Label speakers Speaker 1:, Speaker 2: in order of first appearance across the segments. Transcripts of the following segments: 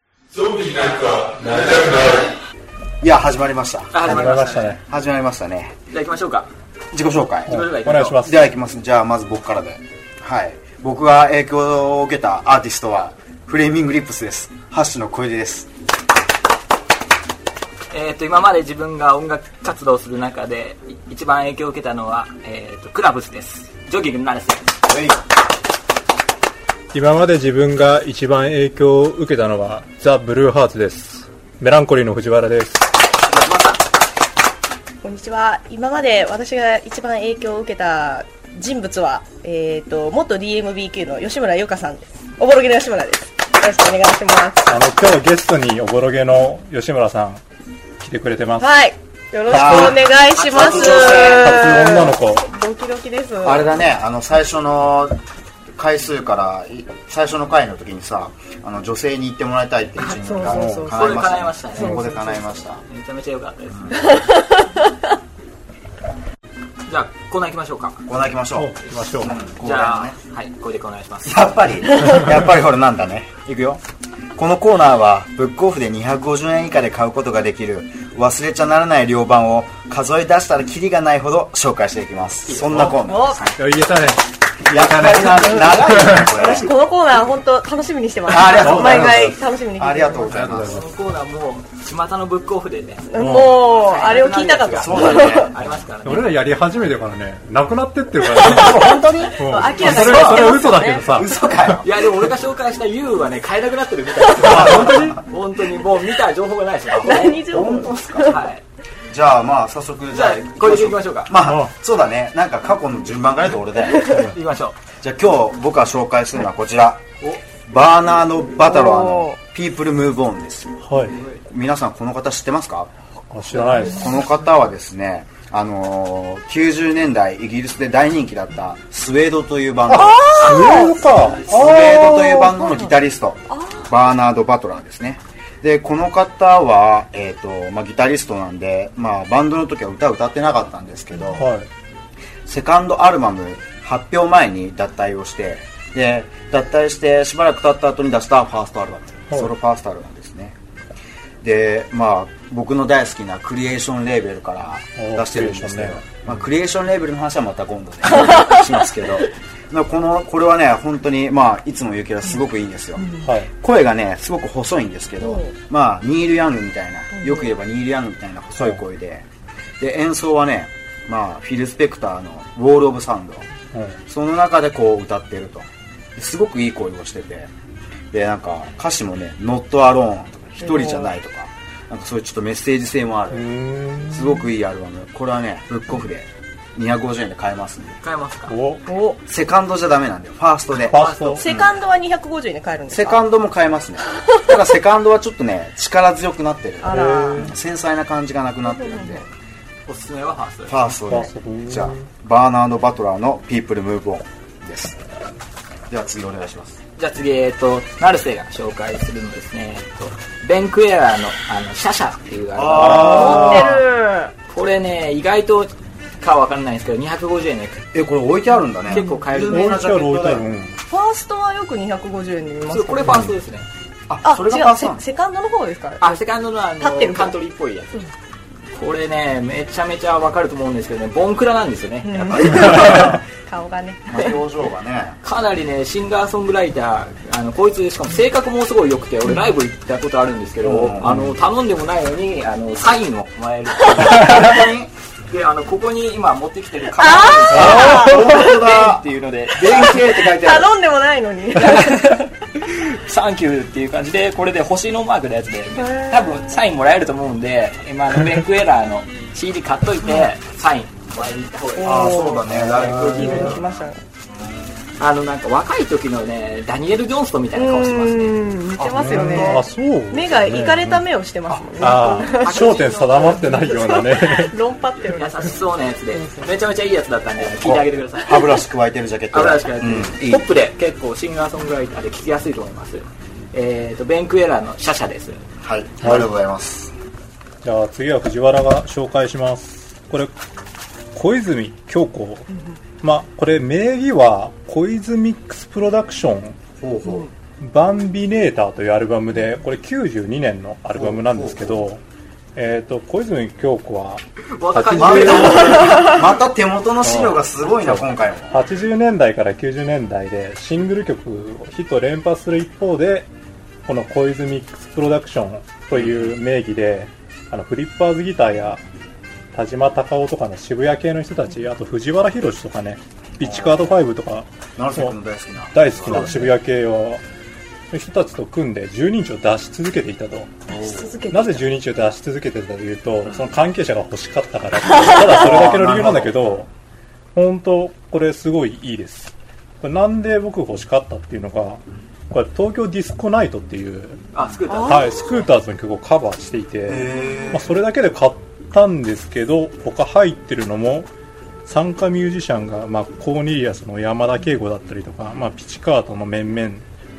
Speaker 1: なんか、なりたくなる。
Speaker 2: いや、始まりました。
Speaker 3: あ始まりましたね。
Speaker 2: 始まりましたね。
Speaker 3: じゃあ行きましょうか。
Speaker 2: 自己紹介。
Speaker 3: 自己紹介
Speaker 4: お願いしま
Speaker 2: じゃあ、いきます。じゃあ、まず僕からで。はい。僕が影響を受けたアーティストは、フレーミングリップスです。ハッシュの小出です。
Speaker 3: えっ、と、今まで自分が音楽活動する中で、い一番影響を受けたのは、えっ、と、クラブスです。ジョギングナレスです。
Speaker 4: 今まで自分が一番影響を受けたのはザ・ブルーハーツですメランコリーの藤原です
Speaker 5: こんにちは。今まで私が一番影響を受けた人物は、えっ、と、元 DMBQ の吉村優香さんです。おぼろげの吉村です。よろしくお願いします。
Speaker 4: あの今日ゲストにおぼろげの吉村さん来てくれてます
Speaker 5: はい。よろしくお願いします。
Speaker 4: 初女の子
Speaker 5: ドキドキです。
Speaker 2: あれだね、あの、最初の回数から、い最初の回の時にさ、あの、女性に言ってもらいたいってうちに
Speaker 5: そうそうそう
Speaker 2: 叶
Speaker 3: ここで叶えましたね
Speaker 2: ここで叶えました。
Speaker 3: めちゃめちゃ良かったです。じゃあ、コーナー行きましょうか。
Speaker 2: ここ行きましょう。
Speaker 4: 行きましょう
Speaker 3: じゃあ、はい、これでお願いします。
Speaker 2: やっぱり、やっぱりほらなんだね。いくよ。このコーナーは、ブックオフで250円以下で買うことができる、忘れちゃならない量版を数え出したらキリがないほど紹介していきます。そんなコーナーです。
Speaker 4: いや言えたね
Speaker 2: やっぱりなんなんだよね、
Speaker 5: 私
Speaker 2: これ。
Speaker 5: このコーナー本当楽しみにしてます。
Speaker 2: ありがとうございます
Speaker 5: 毎回楽しみに聞いてます
Speaker 2: ありがとうございま
Speaker 3: そ
Speaker 2: す。
Speaker 3: のコーナーもう、巷のブックオフでね、
Speaker 5: もう、あれを聞いたかった。
Speaker 2: そうだね。
Speaker 3: ありますからね。
Speaker 4: 俺らやり始めてからねなくなってってるからね本当に明
Speaker 5: らかに
Speaker 4: それはそれは嘘だけどさ
Speaker 2: 嘘かよ。
Speaker 3: いやでも俺が紹介した YOU はね買えなくなってるみたいです
Speaker 4: 本当に
Speaker 3: 本当にもう見た情報がないですよ
Speaker 5: 何情報
Speaker 3: はい
Speaker 2: じゃあまあ早速、
Speaker 3: じゃあこれでいきましょうか
Speaker 2: ま
Speaker 4: うん
Speaker 2: あ、そうだね。なんか過去の順番からで俺だよ。
Speaker 3: 行きましょ
Speaker 2: じゃあ今日僕が紹介するのはこちら。
Speaker 3: うお
Speaker 2: バーナード・バタロア
Speaker 5: お
Speaker 2: の People Move On です。
Speaker 4: はい
Speaker 2: 皆さんこの方知ってますか
Speaker 4: あ知らないです
Speaker 2: この方はですね、あのー、90年代イギリスで大人気だったスウェードというバンド
Speaker 4: 上のか
Speaker 2: スウェードというバンドのギタリストバーナード・バトラーですねでこの方は、えーとまあ、ギタリストなんで、まあ、バンドの時は歌歌ってなかったんですけど、
Speaker 4: はい
Speaker 2: セカンドアルバム発表前に脱退をしてで脱退してしばらく経った後に出したファーストアルバム、
Speaker 4: はい
Speaker 2: ソロファーストアルバムですねでまあ僕の大好きなクリエーションレーベルから出してるんですけど
Speaker 4: おークリエーションね
Speaker 2: まあ、クリエーションレーベルの話はまた今度 でしますけどまあこのこれはね本当にまあいつも言うけどすごくいいんですよ、
Speaker 4: はい
Speaker 2: 声がねすごく細いんですけど、
Speaker 5: うん
Speaker 2: まあニール・ヤングみたいなよく言えばニール・ヤングみたいな細い声で、で演奏はね、まあ、フィル・スペクターの「ウォール・オブ・サウンド」その中でこう歌ってるとですごくいい声をしててでなんか歌詞もね「Not Alone」とか「一人じゃない」とかなんかそういうちょっとメッセージ性もあ
Speaker 4: う
Speaker 2: る
Speaker 4: ん
Speaker 2: すごくいいアルバムこれはねブックオフで250円で買えますんで
Speaker 3: 買えますか
Speaker 4: お
Speaker 5: お
Speaker 2: セカンドじゃダメなんだよファーストで
Speaker 4: ファースト
Speaker 5: セカンドは250円で買えるんです
Speaker 2: セ
Speaker 5: か
Speaker 2: カンドも変えます ね。ただセカンドはちょっとね、力強くなってる。
Speaker 5: あら、
Speaker 2: 繊細な感じがなくなってるんで、
Speaker 3: おすすめはファーストで
Speaker 2: ファース
Speaker 4: ファ
Speaker 2: ト
Speaker 4: ース
Speaker 2: で。
Speaker 4: ト
Speaker 2: じゃあ、バーナード・バトラーの People Move On です。では次お願いします。
Speaker 3: すじゃあ次えっとナルセが紹介するのですねえっとベン・クエラーのあの「シャシャ」っていうアルバ
Speaker 5: 持
Speaker 3: ム
Speaker 5: ってる。
Speaker 3: るこれね意外とかわかんないんですけど250円で
Speaker 2: え、これ置いてあるんだね。
Speaker 3: 結構買える
Speaker 2: 有
Speaker 4: 置
Speaker 2: 名
Speaker 4: い
Speaker 2: な
Speaker 4: て
Speaker 2: ジ
Speaker 4: あ
Speaker 2: ャケ
Speaker 4: る置
Speaker 2: ット
Speaker 4: いて
Speaker 2: だ
Speaker 4: あ
Speaker 2: よ
Speaker 4: るうん
Speaker 5: ファーストはよく250円で見
Speaker 3: そう
Speaker 5: ますけど
Speaker 3: これファーストですね
Speaker 2: あ、
Speaker 5: あ、
Speaker 2: それが
Speaker 5: 違
Speaker 2: パ
Speaker 5: う
Speaker 2: スなん
Speaker 5: セ、セカンドの方ですから。
Speaker 3: あセカンドのあの
Speaker 5: 立ってる
Speaker 3: カントリーっぽいやつこれねめちゃめちゃわかると思うんですけどねボンクラなんですよねやっぱり
Speaker 5: 顔がね。
Speaker 2: まあ表情がね。
Speaker 3: かなりねシンガーソングライターあのこいつしかも性格もすごい良くて俺ライブ行ったことあるんですけど、
Speaker 2: うん
Speaker 3: あの頼んでもないのにあのサインを もらえるであのここに今持ってきてるカバ
Speaker 2: あー、本当だ
Speaker 3: ン。っていうの で
Speaker 2: 電気って書いてあ る。
Speaker 5: 頼んでもないのに。
Speaker 3: 「サンキュー」っていう感じでこれで星のマークのやつで
Speaker 5: ー
Speaker 3: 多分サインもらえると思うんで今あのベンクエラーの CD 買っといてサインもらいに行った方がいい
Speaker 2: あー、そうだね。ライブ
Speaker 5: いいのに来ましたね。
Speaker 3: あのなんか若い時のねダニエル・ジョンストンみたいな顔してますね
Speaker 5: うん、似てますよね
Speaker 4: あ。そう
Speaker 5: 目がいかれた目をしてますもんね。
Speaker 4: ああ焦点定まってないようなね
Speaker 5: 論破ってるね。
Speaker 3: 優しそうなやつでめちゃめちゃいいやつだったんで聞いてあげてください
Speaker 2: 歯ブラシ加えてるジャケット。
Speaker 3: 油らしくやって
Speaker 2: う
Speaker 3: る、
Speaker 2: んいい
Speaker 3: ポップで結構シンガーソングライターで聴きやすいと思いますえー、とベンクエラーのシャシャです
Speaker 2: はい。ありがとうございます。
Speaker 4: じゃあ次は藤原が紹介しますこれ小泉京子まあこれ名義は小泉ミックスプロダクション
Speaker 2: ほうほう。
Speaker 4: バンビネーターというアルバムで、これ92年のアルバムなんですけど、えっ、と、小泉京子は
Speaker 3: また
Speaker 2: ま
Speaker 3: 感じで
Speaker 2: たまた手元の資料がすごいな今回も
Speaker 4: 80年代から90年代でシングル曲をヒットを連発する一方でこのコイズミックスプロダクションという名義であのフリッパーズギターや田島隆夫とかの渋谷系の人たちあと藤原宏とかねピッチカード5とか
Speaker 2: 成瀬君の大好きな
Speaker 4: 大好きな渋谷系をの人たちと組んで12人を出し続けていたと
Speaker 5: 続けて
Speaker 4: なぜ12日を出し続けてたかというと、その関係者が欲しかったからっていう、ただそれだけの理由なんだけど、本当、これすごいいいです。これなんで僕欲しかったっていうのが、これ東京ディスコナイトっていう、
Speaker 3: あスクーター
Speaker 4: はい、スクーターズの曲をカバーしていて、まあ、それだけで買ったんですけど、他入ってるのも、参加ミュージシャンが、まあ、コーネリアスの山田圭吾だったりとか、まあ、ピチカートの面々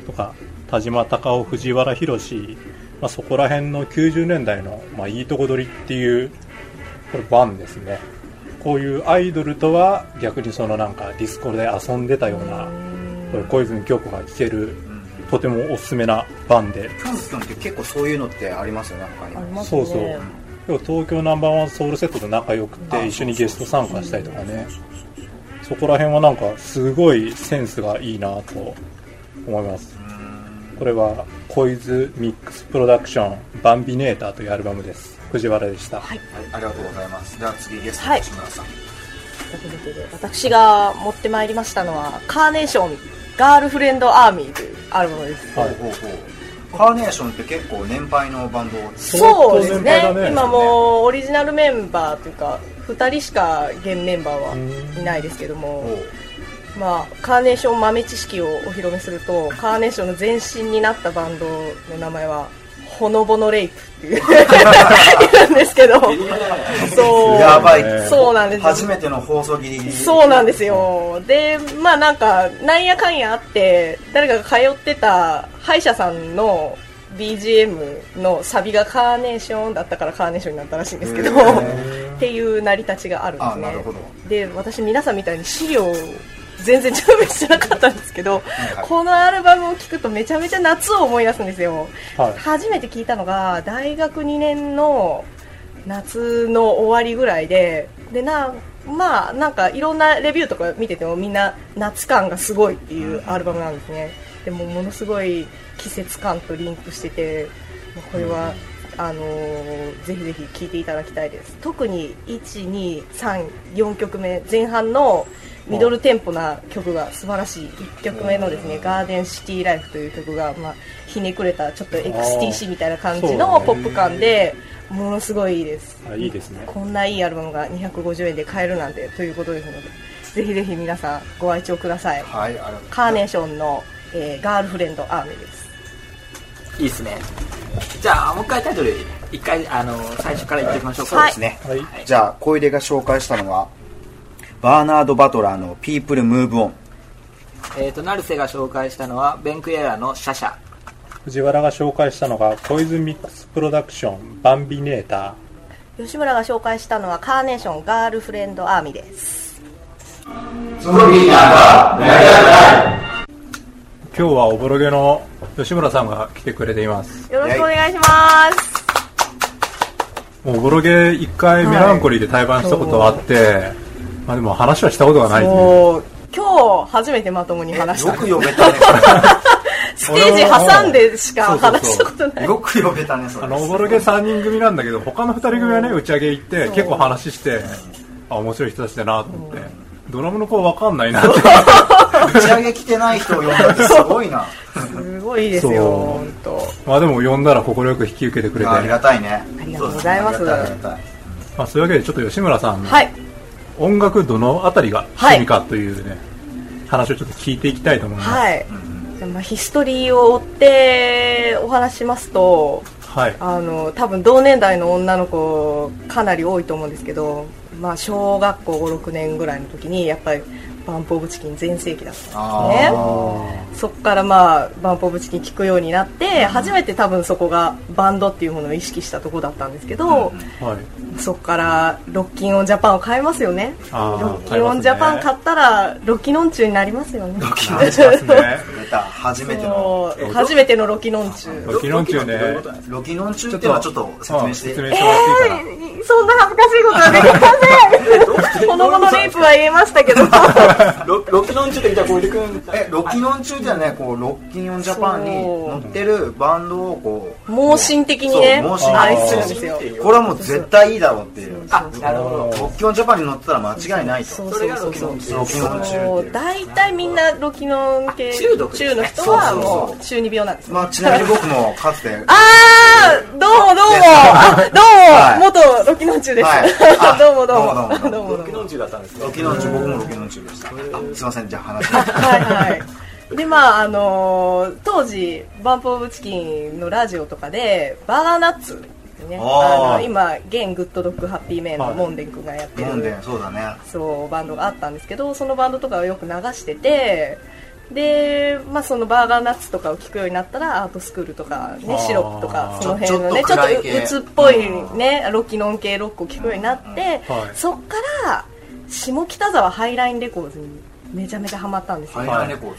Speaker 4: とか、田島隆夫、藤原宏、まあ、そこら辺の90年代の、まあ、いいとこ取りっていう、これ、バンですね。こういうアイドルとは逆にそのなんかディスコで遊んでたような、これ小泉京子が聴ける、とてもおすすめなバンで
Speaker 2: 関瀬君って結構そういうのってありますよね他に
Speaker 5: あり
Speaker 2: も
Speaker 5: ます
Speaker 4: そ
Speaker 5: ね
Speaker 4: うそう要は東京ナンバーワンソウルセットと仲良くて一緒にゲスト参加したりとかねそこら辺はなんかすごいセンスがいいなと思いますこれはコイズミックスプロダクションバンビネーターというアルバムです藤原でした、
Speaker 2: はいありがとうございますでは次ゲスト
Speaker 5: は
Speaker 2: の
Speaker 5: い
Speaker 2: 志村さん
Speaker 5: ということで私が持ってまいりましたのはカーネーションガールフレンドアーミーというアルバムです
Speaker 4: はい
Speaker 2: ほうほうほうカーネーションって結構年配のバンド
Speaker 5: そうです
Speaker 4: 相当
Speaker 5: ね
Speaker 4: 年配だね
Speaker 5: 今もうオリジナルメンバーというか2人しか現メンバーはいないですけども、
Speaker 2: を
Speaker 5: まあ、カーネーション豆知識をお披露目するとカーネーションの前身になったバンドの名前はほのぼのレイプっていう言うんですけどそう
Speaker 2: やばい
Speaker 5: そうなんですよ
Speaker 2: 初めての放送ギリギリ
Speaker 5: そうなんですよでまあなんかなんやかんやあって誰かが通ってた歯医者さんの BGM のサビがカーネーションだったからカーネーションになったらしいんですけどっていう成り立ちがあるんです
Speaker 2: あ
Speaker 5: ね
Speaker 2: なるほど
Speaker 5: で私皆さんみたいに資料を全然準備してなかったんですけ
Speaker 2: は
Speaker 5: ど、
Speaker 2: い
Speaker 5: このアルバムを聴くとめちゃめちゃ夏を思い出すんですよ、
Speaker 4: はい
Speaker 5: 初めて聞いたのが大学2年の夏の終わりぐらいででなまあなんかいろんなレビューとか見ててもみんな夏感がすごいっていうアルバムなんですねでもものすごい季節感とリンクしててまあこれは、あのーぜひぜひ聴いていただきたいです特に1234曲目前半のミドルテンポな曲が素晴らしい1曲目のですね「ガーデンシティライフ」という曲が、まあ、ひねくれたちょっと XTC みたいな感じ
Speaker 4: あ
Speaker 5: の
Speaker 4: ー
Speaker 5: ポップ感でものすごいいいです
Speaker 4: あいいですね
Speaker 5: こんないいアルバムが250円で買えるなんてということですのでぜひぜひ皆さんご愛聴ください
Speaker 2: はいありがとうございます
Speaker 5: カーネーションの、えーガールフレンドアーミーです
Speaker 3: いいっすねじゃあもう一回タイトル一回あの最初から言ってみましょうか
Speaker 2: そうですね、
Speaker 4: はい
Speaker 2: じゃあ小出が紹介したのはバーナード・バトラーの「ピープル・ムーブ・オン
Speaker 3: えっ、と成瀬が紹介したのはベンクエラーのシャシャ
Speaker 4: 藤原が紹介したのがコイズミックスプロダクションバンビネータ
Speaker 5: 吉村が紹介したのはカーネーションガールフレンドアーミーです
Speaker 1: その気になんかなりたくない
Speaker 4: ー今日はおぼろげの吉村さんが来てくれています
Speaker 5: よろしくお願いします
Speaker 4: もうボロゲ一回メランコリーで対バンしたことあって、まあでも話はしたことがないですね
Speaker 5: そう今日初めてまともに」話し
Speaker 2: よ
Speaker 5: た
Speaker 2: く呼べたね
Speaker 5: ステージ挟んで しか
Speaker 4: 俺も
Speaker 5: 話したことない
Speaker 2: よく呼べたねそ
Speaker 4: あ
Speaker 2: れ
Speaker 4: のおぼろげ3人組なんだけど他の2人組はね打ち上げ行って結構話してあ面白い人たちだなと思ってドラムの子分かんないなって
Speaker 2: 打ち上げ来てない人を呼んだってすごいな
Speaker 5: すごいですよ
Speaker 4: そう
Speaker 5: 本当
Speaker 4: まあでも呼んだら快く引き受けてくれて、
Speaker 2: ありが
Speaker 4: ま
Speaker 2: たいね
Speaker 5: ありがとうございます
Speaker 2: ありがたありがたい
Speaker 4: あ、そういうわけでちょっと吉村さんの
Speaker 5: はい
Speaker 4: 音楽どのあたりが趣味かというね、話をちょっと聞いていきたいと思います
Speaker 5: はいじゃあまあヒストリーを追ってお話しますと
Speaker 4: はい、
Speaker 5: あの多分同年代の女の子かなり多いと思うんですけど、まあ、小学校56年ぐらいの時にやっぱりバンプ・オブ・チキン全盛期だったんですね
Speaker 2: あ
Speaker 5: そこからまあバンプ・オブ・チキン聞くようになって初めて多分そこがバンドっていうものを意識したとこだったんですけど、
Speaker 4: はい。
Speaker 5: そこからロッキンオンジャパンを買いますよね
Speaker 4: あー
Speaker 5: ロッキンオンジャパン買ったらロッキノンチュになりますよね
Speaker 4: ドキドキしますね。
Speaker 1: 出た初めての
Speaker 5: そう初めてのロキノンチュ
Speaker 4: ドキドキ中ね。
Speaker 1: ロキノン中っていうのはちょっと説明して
Speaker 4: 説明してもらっていいかな。
Speaker 5: そんな恥ずかしいことはできませんほのぼのレイプは言えましたけど
Speaker 3: ロロケノン中でいたらこうでくん
Speaker 1: えロキノン中ってのはねこうロッキンオンジャパンに乗ってるバンドをこう
Speaker 5: 盲信的にね
Speaker 1: そう盲信
Speaker 5: 愛するんですよ
Speaker 1: これはもう絶対いいだろうっていう
Speaker 3: あなるほど
Speaker 1: ロッキンオンジャパンに乗ってたら間違いないと
Speaker 5: そう
Speaker 3: それがロケノン中
Speaker 1: ロキノン
Speaker 5: そ
Speaker 1: 中って
Speaker 5: う大体みんなロキノン系
Speaker 3: あ中毒ですね
Speaker 5: の人は
Speaker 1: そうそうそう
Speaker 5: もう中二病なんですよ
Speaker 1: まあちなみに僕もかつて
Speaker 5: あーどうもどうもあどうも、元ロキノン中です、
Speaker 1: はいあ
Speaker 5: どうもどうも
Speaker 1: どうもどうも
Speaker 5: どうもど
Speaker 3: ロ
Speaker 5: う
Speaker 3: ケ
Speaker 5: も
Speaker 3: ノン中だったんですね
Speaker 1: ロキノン中僕もロキノン中でしたあすいませんじゃあ話して
Speaker 5: はいはいでまああのー当時バンプ・オブ・チキンのラジオとかでバーナッツね
Speaker 1: あー
Speaker 5: あの今現グッドドッグハッピーメンのモンデン君がやってる、
Speaker 1: 飲んでそうだね
Speaker 5: そうバンドがあったんですけどそのバンドとかをよく流しててで、まあ、そのバーガーナッツとかを聴くようになったらアートスクールとか、
Speaker 4: あー
Speaker 5: ね、シロップとかその辺のね
Speaker 1: ち
Speaker 5: ち
Speaker 1: ょ
Speaker 5: ょ
Speaker 1: っと暗い
Speaker 5: っ
Speaker 1: 系
Speaker 5: と鬱っぽいねロキノン系ロックを聴くようになって、
Speaker 4: うんはい
Speaker 5: そっから下北沢ハイラインレコーズにめちゃめちゃハマったんですよ、
Speaker 1: ハイ
Speaker 5: はい
Speaker 1: ラインレコーズ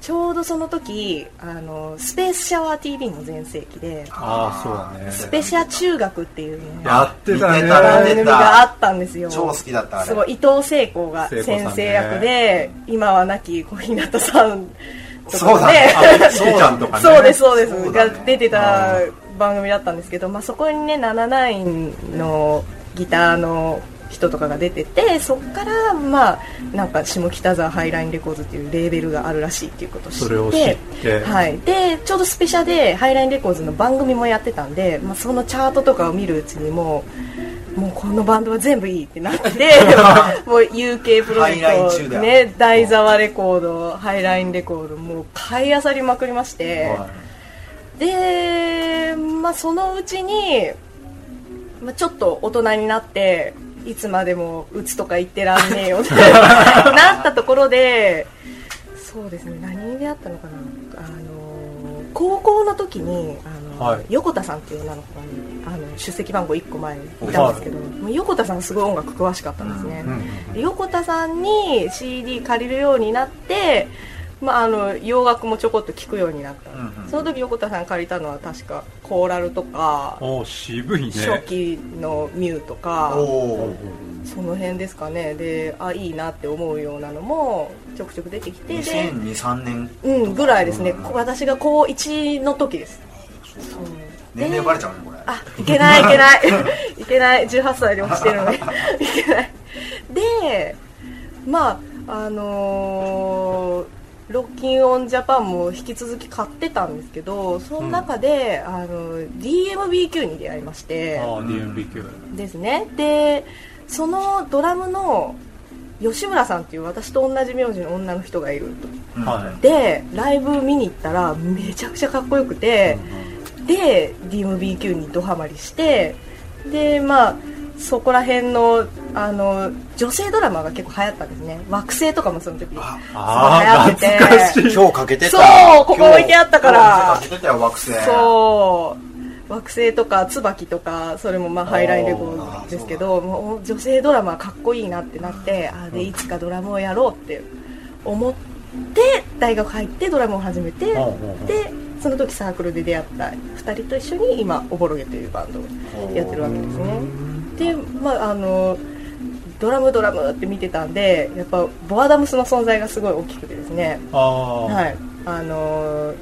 Speaker 5: ちょうどその時あのスペースシャワー TV の全盛期で
Speaker 4: ああ、そうだね。
Speaker 5: スペシャ中学っていうね
Speaker 4: やってたね。
Speaker 1: 見てた
Speaker 5: 番
Speaker 1: 見て
Speaker 5: 組
Speaker 1: た
Speaker 5: があったんですよ
Speaker 1: 超好きだったあれ
Speaker 5: すごい伊藤聖子が
Speaker 4: 聖子
Speaker 5: 先
Speaker 4: さんね
Speaker 5: 生役で、今は亡き小日向さんと
Speaker 1: そうだ
Speaker 5: か
Speaker 1: ね
Speaker 5: ね
Speaker 1: あそうちゃんとかね
Speaker 5: そうですそうです
Speaker 1: そうだ
Speaker 5: が
Speaker 1: ね
Speaker 5: 出てた番組だったんですけど、まあ、そこにね79のギターの人とかが出ててそこからまあなんか下北沢ハイラインレコーズっていうレーベルがあるらしいっていうことを知って
Speaker 4: それを知って
Speaker 5: はい、でちょうどスペシャでハイラインレコーズの番組もやってたんで、まあ、そのチャートとかを見るうちにもうもうこのバンドは全部いいってなって もう UK プロジ
Speaker 1: ハイライン
Speaker 5: ェ
Speaker 1: 中
Speaker 5: ク
Speaker 1: だ
Speaker 5: ト、ね、大沢レコードハイラインレコードもう買い漁りまくりまして。で、まあ、そのうちに、まあ、ちょっと大人になっていつまでもうつとか言ってらんねえ よってなったところでそうですね何であったのかなあの高校の時にあの、
Speaker 4: はい
Speaker 5: 横田さんっていう女の子があの出席番号1個前にいたんですけど、もう横田さんすごい音楽詳しかったんですね。
Speaker 4: うん
Speaker 5: で横田さんに CD 借りるようになって、まあ、あの洋楽もちょこっと聴くようになった、
Speaker 1: うんうん
Speaker 5: その時横田さん借りたのは確かコーラルとか、
Speaker 4: おー渋いね。
Speaker 5: 初期のミュウとか
Speaker 1: おお
Speaker 5: その辺ですかねであいいなって思うようなのもちょくちょく出てきてで、
Speaker 1: 2023年
Speaker 5: うん、ぐらいですねこ私が高1の時ですそう
Speaker 1: 年齢バレちゃうねこれ
Speaker 5: あいけないいけない いけない18歳で落ちてるので いけないでまああのーロッキンオンジャパンも引き続き買ってたんですけどその中で、あの DMBQ に出会いまして
Speaker 4: ああ、DMBQ。
Speaker 5: ですねでそのドラムの吉村さんっていう私と同じ名字の女の人がいる
Speaker 1: う
Speaker 5: と
Speaker 1: ん
Speaker 4: は
Speaker 5: でライブ見に行ったらめちゃくちゃかっこよくて、で DMBQ にドハマりしてでまあそこら辺のあの女性ドラマが結構流行ったんですね惑星とかもその時すごい流行
Speaker 4: あ
Speaker 5: っ
Speaker 4: あ、
Speaker 5: てて
Speaker 4: 懐かしい。
Speaker 1: 今日かけてた
Speaker 5: そうここ置いてあったから
Speaker 1: 今日かけてたよ惑星
Speaker 5: そう惑星とか椿とかそれもまあハイラインレコードですけどもう女性ドラマはかっこいいなってなってあでいつかドラムをやろうって思って大学入ってドラムを始めて
Speaker 4: うんうんうん
Speaker 5: でその時サークルで出会った2人と一緒に今おぼろげというバンドをやってるわけですねでまああのドラムドラムって見てたんでやっぱボアダムスの存在がすごい大きくてですね
Speaker 4: ああ、
Speaker 5: はいあのー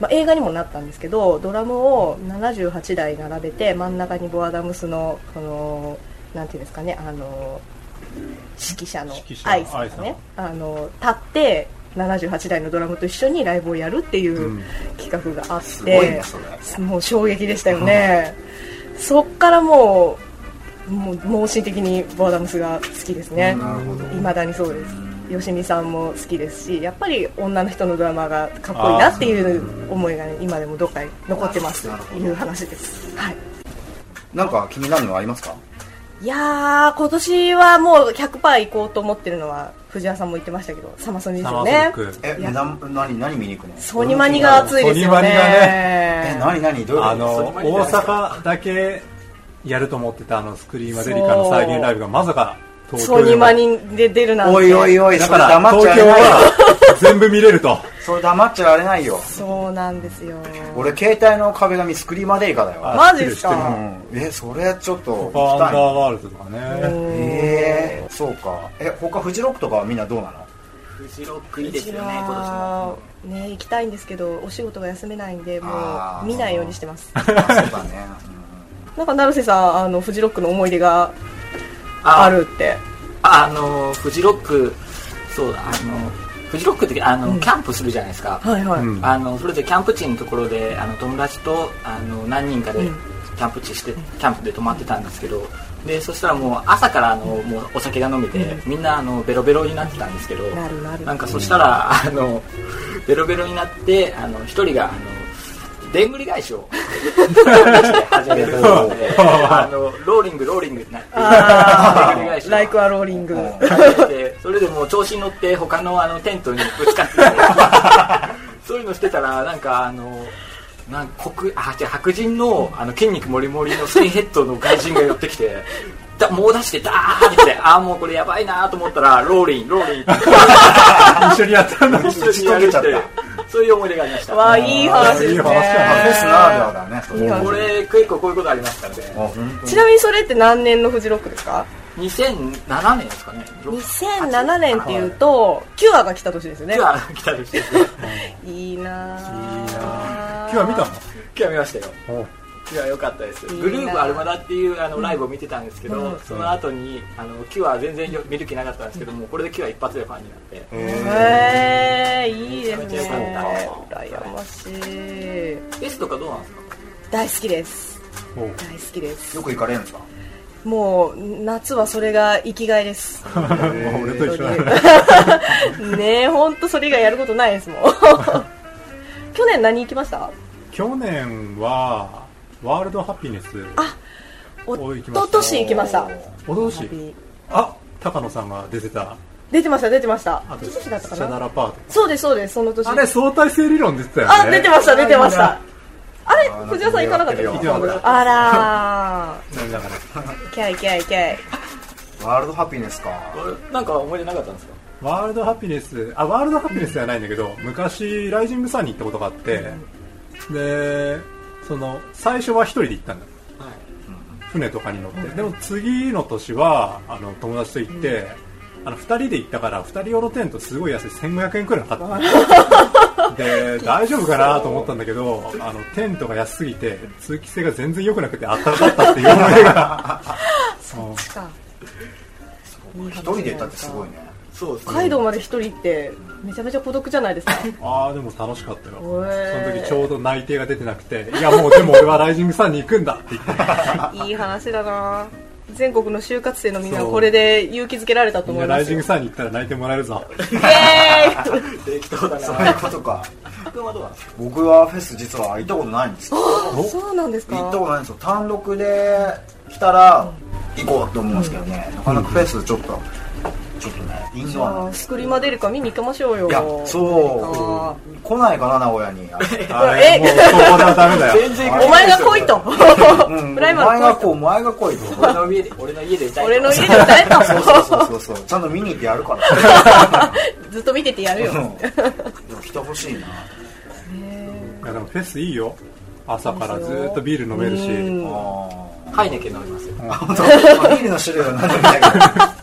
Speaker 5: まあ、映画にもなったんですけどドラムを78台並べて真ん中にボアダムスのこのなんていうんですかね、あのー指揮者の
Speaker 4: 指揮者の
Speaker 5: アイさんがね、あのー立って78台のドラムと一緒にライブをやるっていううん企画があって、
Speaker 1: すごいねそれ
Speaker 5: もう衝撃でしたよね、そっからもうもう盲信的にボアダムスが好きですね
Speaker 1: なるほど
Speaker 5: いまだにそうです吉見さんも好きですしやっぱり女の人のドラマがかっこいいなっていう思いが、ね、今でもどっかに残ってます
Speaker 1: なる
Speaker 5: と
Speaker 1: ほど
Speaker 5: いう話ですはい
Speaker 1: なんか気になるのありますか
Speaker 5: いやー、今年はもう100%行こうと思ってるのは、藤原さんも言ってましたけど、サマソニーです
Speaker 4: サマ
Speaker 5: よ
Speaker 4: ーソニッ
Speaker 5: ね。
Speaker 4: ク。
Speaker 2: え
Speaker 5: いや
Speaker 2: な何何見に行くの
Speaker 5: ソニマニが熱いですよ
Speaker 4: ソニマニが
Speaker 5: ね
Speaker 2: え。何何どういうこと
Speaker 4: あの、
Speaker 3: それもいいじゃ
Speaker 4: 大
Speaker 3: ないです
Speaker 4: 阪だけやると思ってたあの、スクリーマデリカの再現ライブがまさか東京
Speaker 5: ソ
Speaker 4: でも
Speaker 5: ニマニで出るなんて。
Speaker 2: おいおいおい
Speaker 4: だ
Speaker 2: そ
Speaker 4: か
Speaker 2: れ
Speaker 4: ら、
Speaker 2: 黙っちゃ
Speaker 4: 東
Speaker 2: い
Speaker 4: 京
Speaker 2: ないよ
Speaker 4: は全部見れると。
Speaker 2: それ黙っちゃられないよ
Speaker 5: そうなんですよ。
Speaker 2: 俺携帯の壁紙スクリーマデイカだよ、
Speaker 5: マジです
Speaker 4: 知ってる知
Speaker 2: う
Speaker 5: か
Speaker 2: ん、えそれちょっと
Speaker 4: パ
Speaker 2: 行き
Speaker 4: ワーアンダー
Speaker 2: たい
Speaker 4: ワールドとかね。
Speaker 2: えー、そうかえ他フジロックとかはみんなどう なの
Speaker 3: フジロックいいで
Speaker 5: う
Speaker 3: す
Speaker 5: ち
Speaker 3: よね、今年も
Speaker 5: は。ね行きたいんですけどお仕事が休めないんでも
Speaker 2: あ
Speaker 5: う
Speaker 2: ー
Speaker 5: 見ないようにしてます
Speaker 2: あそうだね、
Speaker 5: なんか成瀬さんあのフジロックの思い出が
Speaker 3: あ
Speaker 5: あるって
Speaker 3: ああのフジロックそうだあのフジロックってあの、キャンプするじゃないですか、
Speaker 5: はいはい、
Speaker 4: うん
Speaker 3: あのそれでキャンプ地のところであの友達とあの何人かで
Speaker 5: うん
Speaker 3: キャンプ地して、キャンプで泊まってたんですけどでそしたらもう朝からあのもうお酒が飲めて、みんなあのベロベロになってたんですけど
Speaker 5: なるなる
Speaker 3: なんかそしたら、あのベロベロになってあの一人があのでんぐり返しを 始め たのであのローリングローリングになって
Speaker 5: あ
Speaker 3: でんぐり返し
Speaker 5: ー
Speaker 3: を
Speaker 5: ライクアローリング
Speaker 3: でそれでもう調子に乗って他のあのテントにぶつかってそういうのしてたらなんかあのなんか黒あ違う白人のあの筋肉もりもりのスキンヘッドの外人が寄ってきてだ猛出してダーってああもうこれやばいなと思ったらローリンローリンって
Speaker 4: 一緒にやったんだ。
Speaker 3: 一緒にやるってそういう思い出がありました
Speaker 5: わあいい話です
Speaker 4: いい
Speaker 5: ね
Speaker 4: 話だ
Speaker 2: うん、フェスならではだねそれ
Speaker 5: いい話
Speaker 3: これ結構こういうことありましたので
Speaker 2: あ本当に
Speaker 5: ちなみにそれって何年のフジロックですか
Speaker 3: 2007年ですかね
Speaker 5: 2007年っていうとキュアが来た年ですよね
Speaker 3: 今日来たりして今
Speaker 5: いいなぁ
Speaker 4: いい今日は見たの
Speaker 3: 日見ましたよ
Speaker 4: お
Speaker 3: キュア良かったです
Speaker 5: いいな
Speaker 3: グループアルマダっていうあのライブを見てたんですけど、
Speaker 5: うん
Speaker 3: その後にあのキュア全然よ見る気なかったんですけどもうこれでキュア一発でファンになって
Speaker 5: へえいいですね
Speaker 3: めちゃめちゃ良かった
Speaker 5: 羨ましい
Speaker 3: S とかどうなんですか
Speaker 5: 大好きです
Speaker 4: お う
Speaker 5: 大好きです
Speaker 2: よく行かれるんですか
Speaker 5: もう夏はそれが生きが いです
Speaker 4: 俺と一緒だね。
Speaker 5: ねえ本当それ以外やることないですも ん去年何行きました
Speaker 4: 去年は、ワールドハピネス。
Speaker 5: お
Speaker 4: お行
Speaker 5: 一
Speaker 4: きました
Speaker 5: 昨年行きました
Speaker 4: おどうしあ、高野さんが出てた。
Speaker 5: 出てました出てました
Speaker 4: あと、
Speaker 5: 一
Speaker 4: シ
Speaker 5: 昨年だったか
Speaker 4: ャダ
Speaker 5: な
Speaker 4: ラパート。
Speaker 5: そうですそうですその年
Speaker 4: あれ、相対性理論出てたよね。
Speaker 5: あ出てました出てましたあれ
Speaker 2: あー
Speaker 5: 藤田さん行かなかった
Speaker 2: や
Speaker 5: で
Speaker 2: っ
Speaker 5: す
Speaker 2: て
Speaker 4: るよ行ってなか
Speaker 5: か
Speaker 4: っ
Speaker 5: あら
Speaker 4: た。だから、
Speaker 5: ーキャイキャイキャイ
Speaker 2: ワールドハピネスか
Speaker 3: あれなんか思い出なかったんですか
Speaker 4: ワールドハピネス、あ、ワールドハピネスではないんだけど、昔、ライジングサンに行ったことがあって、で、その、最初は一人で行ったんだ。
Speaker 3: はい
Speaker 4: 船とかに乗って。でも次の年は、あの、友達と行って、あの、二人で行ったから、二人用のテントすごい安い、1500円くらい買 った。で、大丈夫かなと思ったんだけど、あの、テントが安すぎて、通気性が全然良くなくて、あったかかったっていう思いが。そう
Speaker 5: しか
Speaker 2: 一人で行ったってすごいね
Speaker 3: そうです
Speaker 5: 北
Speaker 3: ね
Speaker 5: 海道まで一人ってめちゃめちゃ孤独じゃないですか
Speaker 4: ああでも楽しかったよ、
Speaker 5: おえ
Speaker 4: その時ちょうど内定が出てなくていやもうでも俺はライジングさんに行くんだって言って
Speaker 5: いい話だな全国の就活生のみんな
Speaker 4: そう
Speaker 5: これで勇気づけられたと
Speaker 4: みん
Speaker 5: 思い
Speaker 4: な
Speaker 5: ま
Speaker 4: ライ
Speaker 5: す
Speaker 4: ジン
Speaker 5: よ
Speaker 4: グさんに行ったら泣いてもらえるぞ
Speaker 5: イエーイ
Speaker 3: 適当だ
Speaker 2: そう
Speaker 3: な
Speaker 2: いうこと か
Speaker 3: 君はどうなんですか
Speaker 2: 僕はフェス実は行ったことないんですよ
Speaker 5: そうなんです
Speaker 2: 行った
Speaker 5: か
Speaker 2: ことないんですよ単独で来たら行こうと思うんですけどね、なかなかフェスちょっとちょっとねイン
Speaker 5: じ
Speaker 2: ドアなん
Speaker 5: ゃ
Speaker 2: で
Speaker 5: あスクリマデリカ見に行きましょうよ
Speaker 2: いやそ
Speaker 5: あ
Speaker 2: う来ないかな名古屋 に
Speaker 4: あれもうそこではダメだよ
Speaker 3: 全然
Speaker 5: ーお前が来いと
Speaker 2: うん
Speaker 5: プライマ
Speaker 2: 前
Speaker 5: ル
Speaker 2: が
Speaker 5: 来い
Speaker 2: こう前が来いと
Speaker 3: 俺の家で俺の家でいた
Speaker 5: と
Speaker 3: い
Speaker 5: 俺の家で歌え
Speaker 2: そう
Speaker 5: と
Speaker 2: そうそうそうちゃんと見に行ってやるから
Speaker 5: ずっと見ててやるよ
Speaker 2: うんでも来てほしいない
Speaker 4: やでもフェスいいよ朝からずーっとビール飲めるし
Speaker 5: うん
Speaker 2: あ
Speaker 3: ハイネケン飲みますよ
Speaker 2: あ本当ビールの種類は何でもないけどあ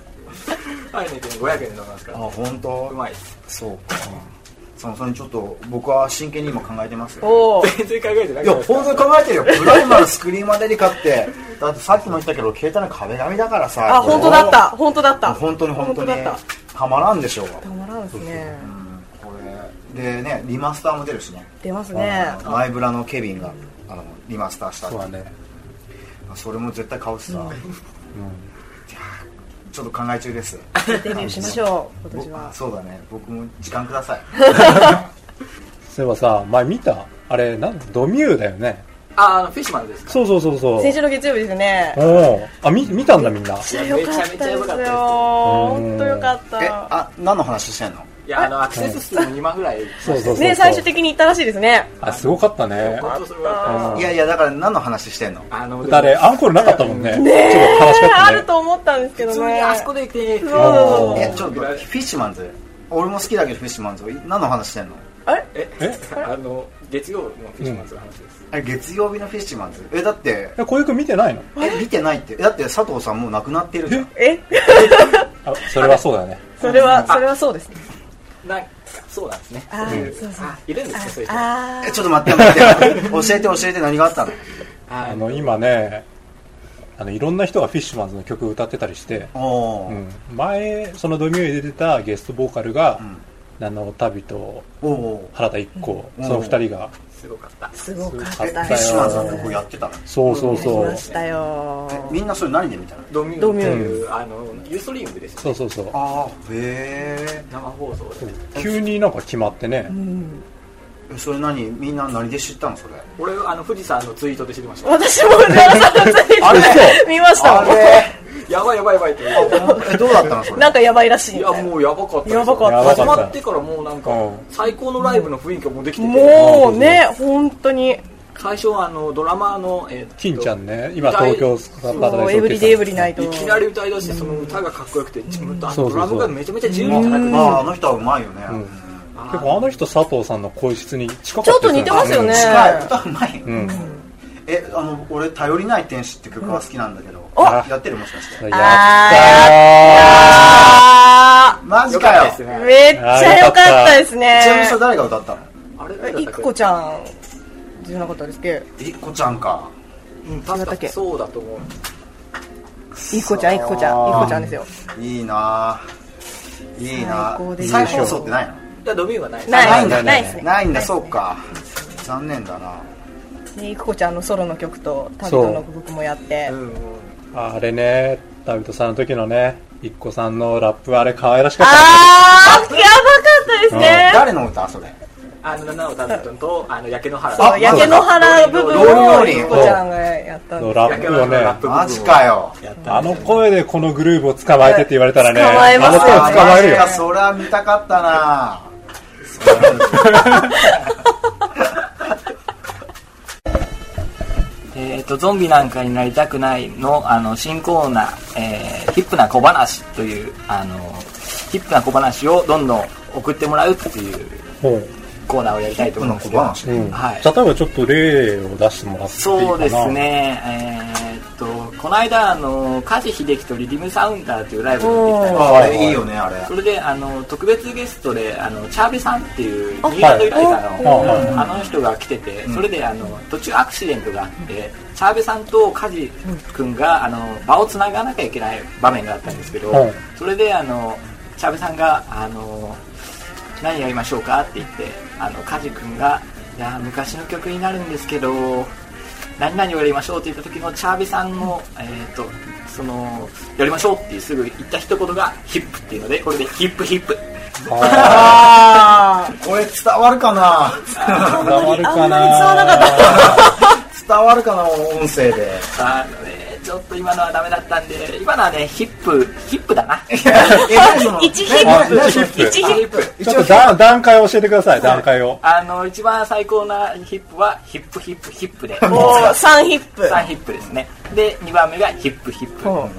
Speaker 3: ハイネケン500円で飲みま すから
Speaker 2: 本
Speaker 3: う
Speaker 2: 当
Speaker 3: まいです
Speaker 2: そうかそのそれにちょっと僕は真剣に今考えてますよ
Speaker 5: おお
Speaker 3: 全然考えてない
Speaker 2: いや本当に考えてるよプライマルスクリーマデリカってだってさっきも言ったけど携帯の壁紙だからさ
Speaker 5: あ本当だった本当だった
Speaker 2: 本当に本当に
Speaker 5: だった
Speaker 2: はまらんでしょうが
Speaker 5: たまらんですね
Speaker 2: これでねリマスターも出るしね
Speaker 5: 出ますね
Speaker 2: あのマイブラのケビンがあのリマスターした
Speaker 4: そうだね
Speaker 2: それも絶対買うしさ、ちょっと考え中です
Speaker 5: デビューしましょう今年
Speaker 2: 僕
Speaker 5: は
Speaker 2: そうだね僕も時間ください
Speaker 6: そういえばさ前見たあれなんだドミューだよね
Speaker 3: あ、あの、フィッシュマンですか
Speaker 4: そうそうそうそう。
Speaker 5: 先週の月曜日ですね
Speaker 4: おお。あ、み、見たんだみんな。
Speaker 5: めっちゃ良かったです
Speaker 3: めちゃめ
Speaker 5: よ
Speaker 3: ちゃ良かったです
Speaker 5: 本当良かっ
Speaker 2: え、
Speaker 5: た
Speaker 2: あ、何の話してんの
Speaker 3: いや、あの、アクセス数も2万ぐらい。
Speaker 4: そうそうそう。
Speaker 5: ね最終的に行ったらしいですね
Speaker 7: あすごかったね
Speaker 3: 本当それは
Speaker 2: いやいや、だから何の話してんの
Speaker 3: あの、
Speaker 4: 誰
Speaker 3: でも
Speaker 4: アンコールなかったもんね。ち
Speaker 5: え
Speaker 4: ょっと悲し
Speaker 5: ー
Speaker 4: か
Speaker 5: あ
Speaker 4: ったね
Speaker 5: る。と思ったんですけど
Speaker 3: 普通に
Speaker 5: ね
Speaker 3: あそこで行って、
Speaker 5: そうそう
Speaker 2: い
Speaker 5: そう
Speaker 2: や、ちょっと、フィッシュマンズ。俺も好きだけど、フィッシュマンズ。何の話してんの
Speaker 3: え、あの、月曜のフィッシュマンズの話です。
Speaker 2: あれ、月曜日のフィッシュマンズ。え、だって、
Speaker 4: え、小池君見てないの
Speaker 2: え、見てないって。だって、佐藤さんもう亡くなってるじゃん。
Speaker 5: え
Speaker 4: あ、それはそうだね。
Speaker 5: それはそれはそうですね
Speaker 3: なんか、そうなんですね。
Speaker 5: あーそうそう
Speaker 3: あ、いるんですか、そういう人。あ
Speaker 5: あ
Speaker 2: え、ちょっと待って待って。教えて教えて何があったの
Speaker 4: あ
Speaker 3: あ
Speaker 4: の、今ね、あの、いろんな人がフィッシュマンズの曲歌ってたりして、
Speaker 2: お
Speaker 4: う
Speaker 2: ー。
Speaker 4: ん、前、そのドミューで出てたゲストボーカルが
Speaker 2: ん、
Speaker 4: あの、旅と
Speaker 2: おー。
Speaker 4: 原田一行、
Speaker 2: うん
Speaker 4: その二人が、
Speaker 3: すごかった。
Speaker 5: すごかっ
Speaker 2: え、フィ
Speaker 5: た
Speaker 2: ッシュマンズの
Speaker 5: よ
Speaker 2: 曲やってたの
Speaker 4: そうそうそ
Speaker 5: やり
Speaker 4: う
Speaker 5: ま。したよ
Speaker 2: えみんなそれ何で見たの
Speaker 3: ドミューン
Speaker 5: ドミューン
Speaker 3: っていうあの、ユーストリームです
Speaker 4: そ
Speaker 3: よ
Speaker 4: う
Speaker 3: ね。
Speaker 4: そうそう。
Speaker 2: あー、へ
Speaker 3: 生放送で。
Speaker 4: 急になんか決まってね
Speaker 5: う。ん
Speaker 2: ーえ。それ何みんな何で知ったのそれ。
Speaker 3: 俺、あの、富士山のツイートで知りました。
Speaker 5: 私も藤原さんのツイ
Speaker 2: あれ
Speaker 5: ート見ましたもん
Speaker 3: やばいや ばいやばいって言って。
Speaker 2: え、どうだったのそれ
Speaker 5: な。んかやばいらしい
Speaker 3: い
Speaker 5: みたい
Speaker 3: や
Speaker 5: な
Speaker 3: もうやばかったです
Speaker 5: やばかった
Speaker 4: やばか
Speaker 3: 始
Speaker 4: った
Speaker 3: まってからもうなんか
Speaker 4: うん
Speaker 3: 最高のライブの雰囲気がもうできてて
Speaker 5: もうね本当に
Speaker 3: 最初はあのドラマーの、えー
Speaker 4: 金ちゃんね、今東京スカパラダ
Speaker 5: も
Speaker 4: イスオー
Speaker 5: うエブ
Speaker 4: ケ
Speaker 5: リ
Speaker 4: スト
Speaker 5: デイエブ
Speaker 4: ラ
Speaker 5: リナイト
Speaker 3: いきなり歌い出してその歌がかっこよくて自分とあ
Speaker 4: そ
Speaker 3: と
Speaker 4: うそう
Speaker 3: ド
Speaker 4: そう
Speaker 3: ラムがめちゃめちゃ自由に叩く
Speaker 2: まあ、あの人はうまいよね。
Speaker 3: あ
Speaker 4: 結構あの人佐藤さんの声質に近
Speaker 5: ち
Speaker 4: か
Speaker 5: ょ
Speaker 4: っ
Speaker 5: ったと似てますよね
Speaker 2: 近い。歌うまいよ。
Speaker 4: うん。
Speaker 2: えあの俺「頼りない天使」って曲が好きなんだけど、やってるもしかして
Speaker 4: やっ
Speaker 5: あ
Speaker 2: マジ
Speaker 3: よか
Speaker 2: か
Speaker 3: った
Speaker 2: よ
Speaker 3: です
Speaker 2: 事
Speaker 5: ー
Speaker 3: ね
Speaker 5: めっちゃ良かったですね
Speaker 2: 務所誰が歌ったの
Speaker 3: あれ
Speaker 5: いっこちゃんじゃなかったですっけ
Speaker 2: いっこちゃんか
Speaker 3: うん
Speaker 5: 違ったっ
Speaker 3: 確
Speaker 5: け
Speaker 3: かそうだと思う
Speaker 5: いっこちゃんいっこちゃんいっこちゃんですよ
Speaker 2: いいなぁいいな
Speaker 5: 最高
Speaker 2: ぁ
Speaker 5: です
Speaker 2: 再放送ってないの
Speaker 3: いやドミューンはない
Speaker 5: ない
Speaker 2: ないんだ
Speaker 5: ないですね
Speaker 2: ないんだそう
Speaker 5: ね
Speaker 2: か残念だな
Speaker 5: でいっこちゃんのソロの曲と旅人の曲もやって
Speaker 3: うん
Speaker 4: あれね、ダビトさんの時のね、一個さんのラップあれ可愛らしかった
Speaker 5: あーやばかったですね
Speaker 2: 誰の歌それ
Speaker 3: あの七尾達人とあの焼け野原
Speaker 5: そう焼け野原部分をいっこちゃんがやったん
Speaker 4: の
Speaker 5: です
Speaker 4: ラ
Speaker 3: 焼
Speaker 4: ッ
Speaker 3: け
Speaker 4: プ
Speaker 3: 野
Speaker 4: を
Speaker 3: 原のラ
Speaker 4: ね
Speaker 3: ッ、プ部分を
Speaker 2: マジかよ
Speaker 3: やったんですよ
Speaker 4: あの声でこのグルーヴを捕まえてって言われたらね、
Speaker 5: 捕まえま
Speaker 4: あ
Speaker 5: す
Speaker 4: の
Speaker 5: よ
Speaker 4: 声捕まえるよ
Speaker 2: マジか。そりゃ見たかったなぁ
Speaker 3: えー、とゾンビなんかになりたくないのあの新コーナー、えーヒップな小話というあのヒップな小話をどんどん送ってもらうっていう
Speaker 4: うん
Speaker 3: コーナーをやりたいと思いますけ
Speaker 2: ヒップ
Speaker 3: ど
Speaker 2: な小話
Speaker 4: うん
Speaker 3: はい
Speaker 4: 例えばちょっと例を出してもらっていいかな
Speaker 3: そうです。ねえー、っとこの間あの梶秀樹とリリムサウンダーというライブに行ってきたんです
Speaker 2: ああれいいよねあれ
Speaker 3: それであの特別ゲストであのチャーベさんっていう新
Speaker 4: は
Speaker 3: 潟
Speaker 4: い
Speaker 3: 由来者の、
Speaker 4: はい
Speaker 3: あの人が来てて、それであの途中アクシデントがあって、チャーベさんと梶君があの場をつながなきゃいけない場面があったんですけど、
Speaker 4: はい
Speaker 3: それであのチャーベさんがあの何やりましょうかって言ってあの梶君がいや昔の曲になるんですけど何々をやりましょうって言った時のチャーベさんの、えー、とそのやりましょうっていうすぐ言った一言がヒップっていうのでこれでヒップヒップ
Speaker 5: あ
Speaker 2: これ伝わるかな
Speaker 4: 伝わるかな
Speaker 2: 伝わるかな音声で
Speaker 3: あのねちょっと今のはダメだったんで今のはねヒップヒップだな
Speaker 5: ー 一ヒップ
Speaker 4: あ一ヒップ
Speaker 5: 一ヒップ
Speaker 4: ちょっとだ段階を教えてください、段階を。
Speaker 3: あの一番最高なヒップはヒップヒップヒップで
Speaker 5: もう3ヒップ
Speaker 3: 3ヒップですねで2番目がヒップヒッ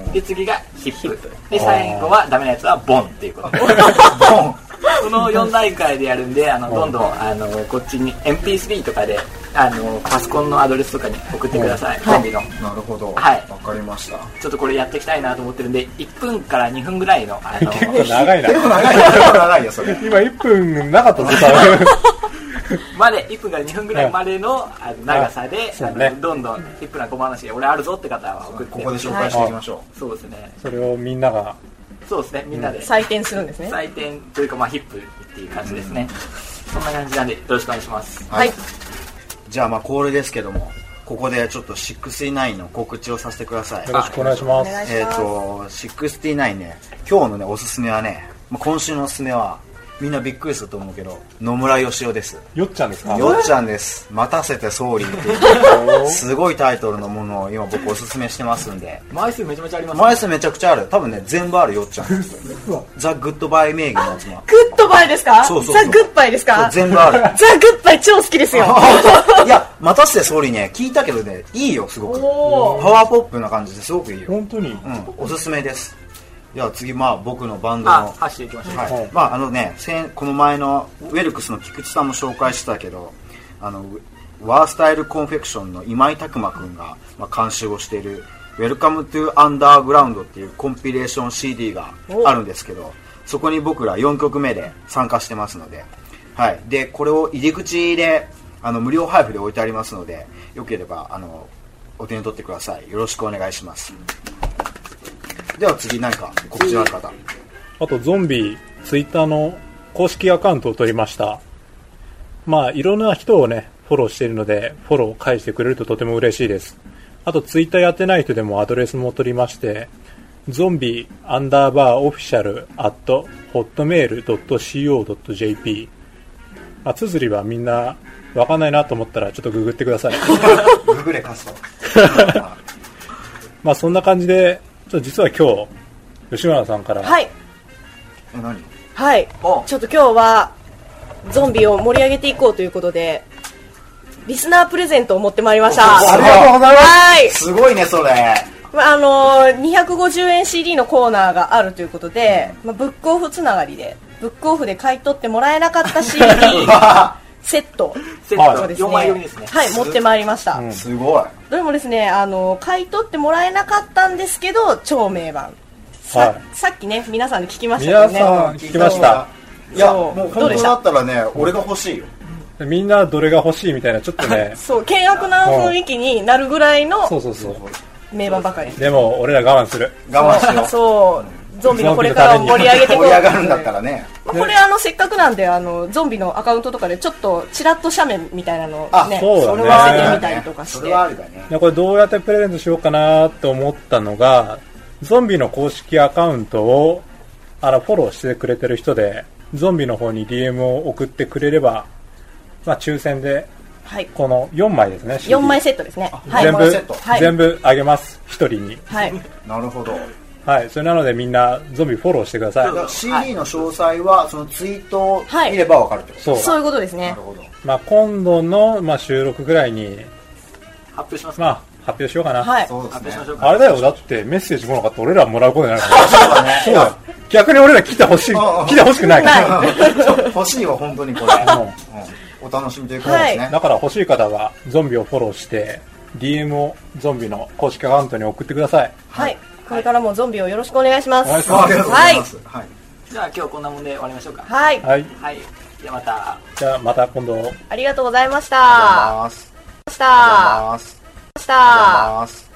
Speaker 3: プで次がヒップで最後はダメなやつはボンっていうことでこの4段階でやるんであのどんどんあのこっちに MP3 とかであのパソコンのアドレスとかに送ってくださいコンビの
Speaker 2: なるほどわ
Speaker 3: はい
Speaker 2: かりました
Speaker 3: ちょっとこれやっていきたいなと思ってるんで1分から2分ぐらいのあの
Speaker 4: 結構長いな。
Speaker 2: 長いよ結構長いよそれ
Speaker 4: 今1分なかったぞ、多分。
Speaker 3: まで1分から2分ぐらいまでのあの長さで
Speaker 4: そう
Speaker 3: あ
Speaker 4: ね
Speaker 3: のどんどんヒップな小話で俺あるぞって方は送って
Speaker 2: ここで紹介していきましょう
Speaker 3: そうですね
Speaker 4: それをみんなが
Speaker 3: そうですねみんなで
Speaker 5: 採点するんですね
Speaker 3: 採点というかまあヒップっていう感じですね、そんな感じなんでよろしくお願いします
Speaker 5: はい
Speaker 2: じゃあまあ恒例ですけどもここでちょっと69の告知をさせてください
Speaker 4: よろしくお願いしま
Speaker 5: お
Speaker 4: す。
Speaker 5: 願いし
Speaker 2: えっ、
Speaker 5: ます
Speaker 2: と69ね今日のねおすすめはねまあ今週のおすすめはみんなびっくりすると思うけど野村義雄です
Speaker 7: よっちゃんですか
Speaker 2: よっちゃんです待たせて総理っていうすごいタイトルのものを今僕おすすめしてますんで
Speaker 3: 枚数めちゃめちゃあります
Speaker 2: 枚数めちゃくちゃある多分ね全部あるよっちゃんザ・グッドバイ名義のやつも
Speaker 5: グッドバイですか
Speaker 2: そうそうそう
Speaker 5: ザ・グッバイです
Speaker 2: そう
Speaker 5: か
Speaker 2: 全部あ る
Speaker 5: ザ・グッバイ超好きで すよ。
Speaker 2: いや待たせて総理ね聞いたけどねいいよすごくパ
Speaker 5: おー
Speaker 2: ワーポップな感じですごくいいよ
Speaker 4: 本当に
Speaker 2: うんおすすめですでは次まあ僕のバンド
Speaker 3: あ
Speaker 2: の
Speaker 3: 走っていきましょう
Speaker 2: はいまああのね、先この前のウェルクスの菊池さんも紹介してたけどあのウワースタイルコンフェクションの今井拓磨君が、まあ、監修をしている「Welcome to Underground」っていうコンピレーション CD があるんですけどそこに僕ら4曲目で参加してますので,、はい、でこれを入り口であの無料配布で置いてありますのでよければあのお手に取ってくださいよろしくお願いしますでは次何か告知のある方
Speaker 4: あとゾンビ、ツイッターの公式アカウントを取りました。まあ、いろんな人をね、フォローしているので、フォローを返してくれるととても嬉しいです。あと、ツイッターやってない人でもアドレスも取りまして、ゾンビアンダーバーオフィシャルアットホットメール .co.jp。まあ、綴りはみんなわかんないなと思ったらちょっとググってくだ さい。
Speaker 2: ググレカスト
Speaker 4: まあ、そんな感じで、ちょっと実は今日、吉村さんから、
Speaker 5: はい。
Speaker 2: え何
Speaker 5: はい。
Speaker 3: お
Speaker 5: ちょっと今日は、ゾンビを盛り上げていこうということで、リスナープレゼントを持ってまいりました。
Speaker 2: あり
Speaker 5: は
Speaker 2: がとうございます
Speaker 5: い。
Speaker 2: すごいねそれ
Speaker 5: まああのー、250円 CD のコーナーがあるということで、まあ、ブックオフつながりで、ブックオフで買い取ってもらえなかった CD セット
Speaker 3: セ
Speaker 5: を
Speaker 3: ット
Speaker 5: ですね
Speaker 3: 4枚組ですね
Speaker 5: はい、持ってまいりました。
Speaker 2: すごい
Speaker 5: どれもですね、あのー、買い取ってもらえなかったんですけど、超名盤。さ,、
Speaker 4: は
Speaker 5: さっきね、皆さんに聞きまし
Speaker 4: 皆
Speaker 5: たけどね。
Speaker 4: さん聞きました。
Speaker 2: いや
Speaker 5: そう
Speaker 2: もう
Speaker 5: どう
Speaker 2: 本
Speaker 5: で
Speaker 2: 当
Speaker 5: し
Speaker 2: だ
Speaker 5: た、
Speaker 2: ったらね俺が欲しいよ
Speaker 4: みんなどれが欲しいみたいな、ちょっとね
Speaker 5: そう、険悪な雰囲気になるぐらいの
Speaker 4: そうそうそう。
Speaker 5: 名盤ばかり。
Speaker 4: でも、俺ら我慢する。
Speaker 2: 我慢しよう
Speaker 5: そう、ゾンビのこれからを盛り上げてい
Speaker 2: 盛
Speaker 5: こう
Speaker 2: り上がるんだったらね
Speaker 5: まあこれあのせっかくなんであのゾンビのアカウントとかでちょっとちらっと斜面みたいなのを
Speaker 2: あ
Speaker 5: ね
Speaker 4: そうだね
Speaker 5: それを合せてみたりとかし
Speaker 2: そ
Speaker 5: て、
Speaker 2: れはありだね
Speaker 4: でこれどうやってプレゼントしようかなと思ったのが、ゾンビの公式アカウントを、あの、フォローしてくれてる人で、ゾンビの方に DM を送ってくれれば、まあ、抽選で、
Speaker 5: はい
Speaker 4: この4枚ですね。
Speaker 5: 4枚セットですねはい
Speaker 4: 全
Speaker 2: 枚セット
Speaker 4: 部、
Speaker 5: はい
Speaker 4: 全部あげます。1人に。
Speaker 5: はい
Speaker 2: なるほど
Speaker 4: はい。それなのでみんな、ゾンビフォローしてください
Speaker 2: だか。ら CD の詳細はそのツイートを見ればわかるってこと
Speaker 4: そう。
Speaker 5: そういうことですね
Speaker 2: なるほど
Speaker 4: まあ、今度の、まあ、収録ぐらいに、
Speaker 3: 発表しますか
Speaker 4: まあ、発表しようかな。
Speaker 5: はい
Speaker 2: そう
Speaker 3: 発
Speaker 2: で
Speaker 3: 表
Speaker 2: す
Speaker 3: しま
Speaker 2: ね
Speaker 3: しょうか
Speaker 4: あれだよ、だってメッセージ来なかったら俺らもらうことになるか
Speaker 2: そ
Speaker 4: ら。
Speaker 2: うだね
Speaker 4: そうだよ。逆に俺ら来てほしい、
Speaker 2: ああ
Speaker 4: 来てほしくないから。
Speaker 5: は
Speaker 2: 欲しいわ本当にこれうんお楽しみということですね
Speaker 4: だから欲しい方はゾンビをフォローして、DM をゾンビの公式アカウントに送ってください。
Speaker 5: はいこれからもゾンビをよろしくお願いします
Speaker 4: お願いし
Speaker 2: あありがとうござい
Speaker 5: は
Speaker 2: ま
Speaker 5: い
Speaker 2: すはい
Speaker 3: じゃあ今日こんなもんで終わりましょうか
Speaker 5: はい、
Speaker 4: はい。
Speaker 3: はいじゃあまた
Speaker 4: じゃあまた今度。
Speaker 5: ありがとうございまし
Speaker 2: ありがとうござい
Speaker 5: た
Speaker 2: ます
Speaker 5: ました
Speaker 2: ありがとうございます
Speaker 5: ました
Speaker 2: ありがとうございます